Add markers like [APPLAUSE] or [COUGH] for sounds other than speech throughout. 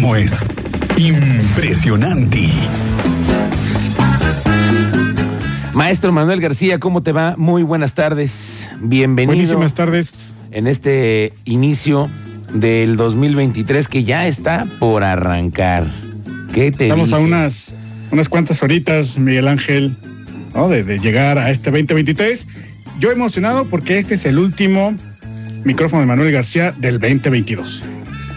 ritmo es impresionante. Maestro Manuel García, ¿cómo te va? Muy buenas tardes. Bienvenido. Buenísimas tardes. En este inicio del 2023 que ya está por arrancar. ¿Qué te Estamos a dije? unas, unas cuantas horitas, Miguel Ángel, ¿no? de, de llegar a este 2023. Yo emocionado porque este es el último micrófono de Manuel García del 2022.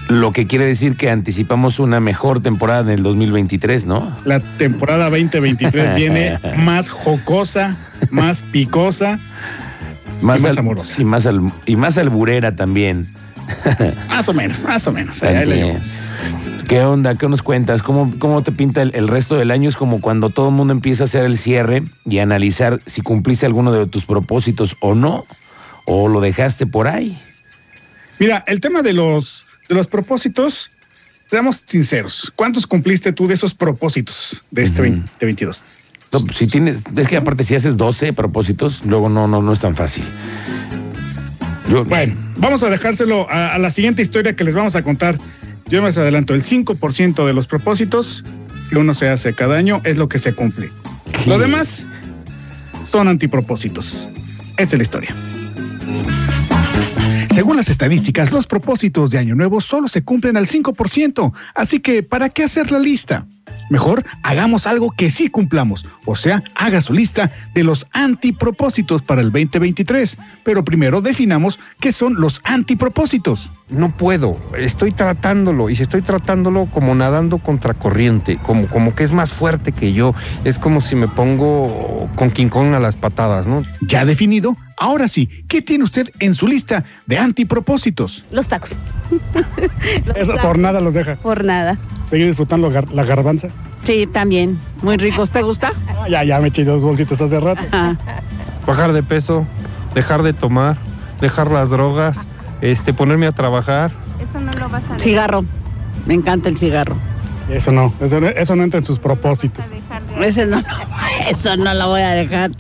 Lo que quiere decir que anticipamos una mejor temporada en el 2023, ¿no? La temporada [LAUGHS] 2023 viene más jocosa, más picosa, más al- amorosa. Y más, al- y más alburera también. más o menos, más o menos. ahí- ahí la También. llevamos. ¿Qué onda? ¿Qué nos cuentas? ¿Cómo, cómo te pinta el, el resto del año? Es como cuando todo el mundo empieza a hacer el cierre y a analizar si cumpliste alguno de tus propósitos o no, o lo dejaste por ahí. Mira, el tema de los, de los propósitos, seamos sinceros, ¿cuántos cumpliste tú de esos propósitos de este Ujú. 2022? No, pues, si tienes, es que aparte si haces 12 propósitos, luego no, no, no es tan fácil. Yo- Bueno, vamos a dejárselo a, a la siguiente historia que les vamos a contar. Yo me adelanto, el 5% de los propósitos que uno se hace cada año es lo que se cumple. ¿qué? Lo demás son antipropósitos. Esta es la historia. Según las estadísticas, los propósitos de Año Nuevo solo se cumplen al 5%, así que ¿para qué hacer la lista? Mejor hagamos algo que sí cumplamos, o sea, haga su lista de los antipropósitos para el 2023, pero primero definamos qué son los antipropósitos. no puedo, estoy tratándolo y si estoy tratándolo como nadando contracorriente, como, como que es más fuerte que yo, es como si me pongo con King Kong a las patadas, ¿no? Ya definido, ahora sí, ¿qué tiene usted en su lista de antipropósitos? Los [LAUGHS] tacos. Los Eso tacos. por nada los deja. Por nada. Seguir disfrutando gar- la garbanza. Sí, también. Muy ricos. ¿Te gusta? Ah, ya, ya me eché dos bolsitas hace rato. Ah, Bajar de peso, dejar de tomar, dejar las drogas, este, ponerme a trabajar. Eso no lo vas a cigarro. Me encanta el cigarro. Ah. Eso no, eso no, eso no entra en sus propósitos. dejar Ese no, [LAUGHS] eso no lo voy a dejar.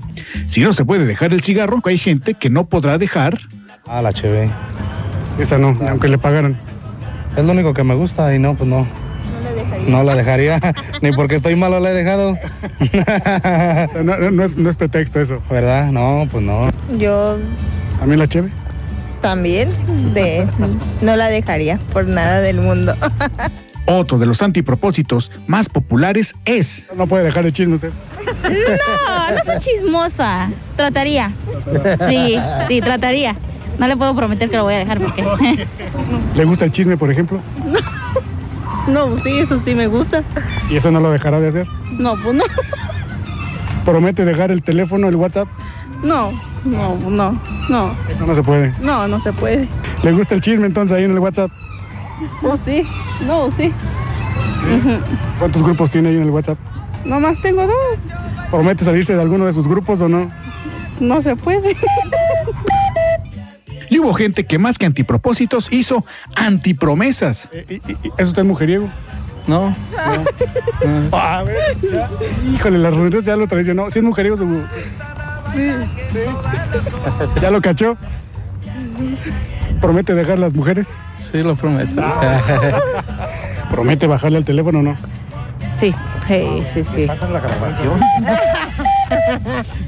Si no se puede dejar el cigarro, hay gente que no podrá dejar Ah, la HB. Esa no, ni aunque le pagaran. Es lo único que me gusta y no, pues no. No la dejaría. [LAUGHS] Ni porque estoy malo la he dejado. [LAUGHS] No, no- no es, no es pretexto eso. ¿Verdad? No, pues no. Yo También la cheve. también de no la dejaría por nada del mundo. Otro de los antipropósitos más populares es No puede dejar el chisme usted. No, no soy chismosa. Trataría. Sí, sí, trataría. No le puedo prometer que lo voy a dejar porque. ¿Le gusta el chisme, por ejemplo? [LAUGHS] No, sí, eso sí me gusta. Y eso no lo dejará de hacer. No, pues no. Promete dejar el teléfono, el WhatsApp. No, no, pues no, no, Eso no se puede. no, no se puede. ¿Le gusta el chisme entonces ahí en el WhatsApp? No, sí, no, sí. ¿Cuántos grupos tiene ahí en el WhatsApp? Nomás tengo dos. ¿Promete salirse de alguno de sus grupos o no? No se [LAUGHS] puede. y hubo gente que más que antipropósitos hizo antipromesas. Eh, y- y- y- ¿Es usted mujeriego? No, Ah, a ver, ya. Híjole, las reuniones ya lo traicionó. ¿Sí es mujeriego su... Sí. ¿Sí? ¿Ya lo cachó? ¿Promete dejar las mujeres? sí lo prometo. ¿Promete bajarle al teléfono o no? Sí, sí, sí, sí.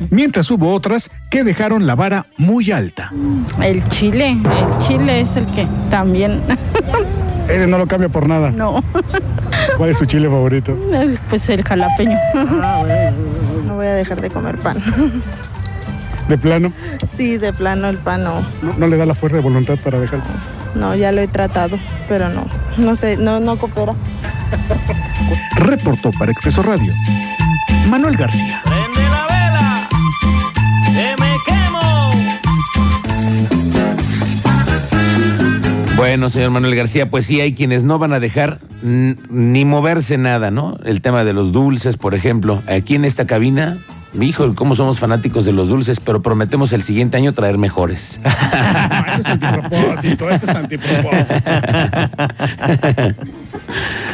Mientras hubo otras que dejaron la vara muy alta. El chile, el chile es el que también. [LAUGHS] Ese no lo cambia por nada. No, ¿Cuál es su chile favorito? pues el jalapeño. No voy a dejar de comer pan. De plano, Sí, de plano el pan no. no, no le da la fuerza de voluntad para dejarlo. No, ya lo he tratado, pero no. No sé, no, no coopera. Reportó para Expreso Radio. Manuel García. Bueno, señor Manuel García, pues sí hay quienes no van a dejar n- ni moverse nada, ¿no? El tema de los dulces, por ejemplo. Aquí en esta cabina, hijo, cómo somos fanáticos de los dulces, pero prometemos el siguiente año traer mejores. [LAUGHS] No, [LAUGHS] eso es antipropósito, eso [LAUGHS] es antipropósito.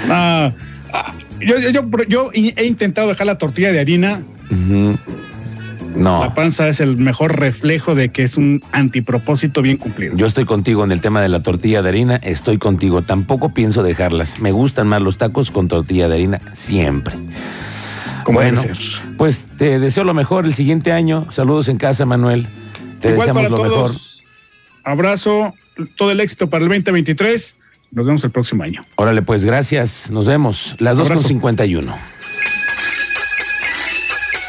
Ah, Yo, yo, yo, yo he intentado dejar la tortilla de harina Ujú. No, La panza es el mejor reflejo de que es un antipropósito bien cumplido. yo estoy contigo en el tema de la tortilla de harina, estoy contigo. Tampoco pienso dejarlas. Me gustan más los tacos con tortilla de harina siempre. como debe bueno, ser. Pues te deseo lo mejor el siguiente año. Saludos en casa, Manuel. Te Igual deseamos para lo mejor. todos. Abrazo, todo el éxito para el 2023. Nos vemos el próximo año. Órale, pues gracias. Nos vemos. Las Abrazo. 2.51.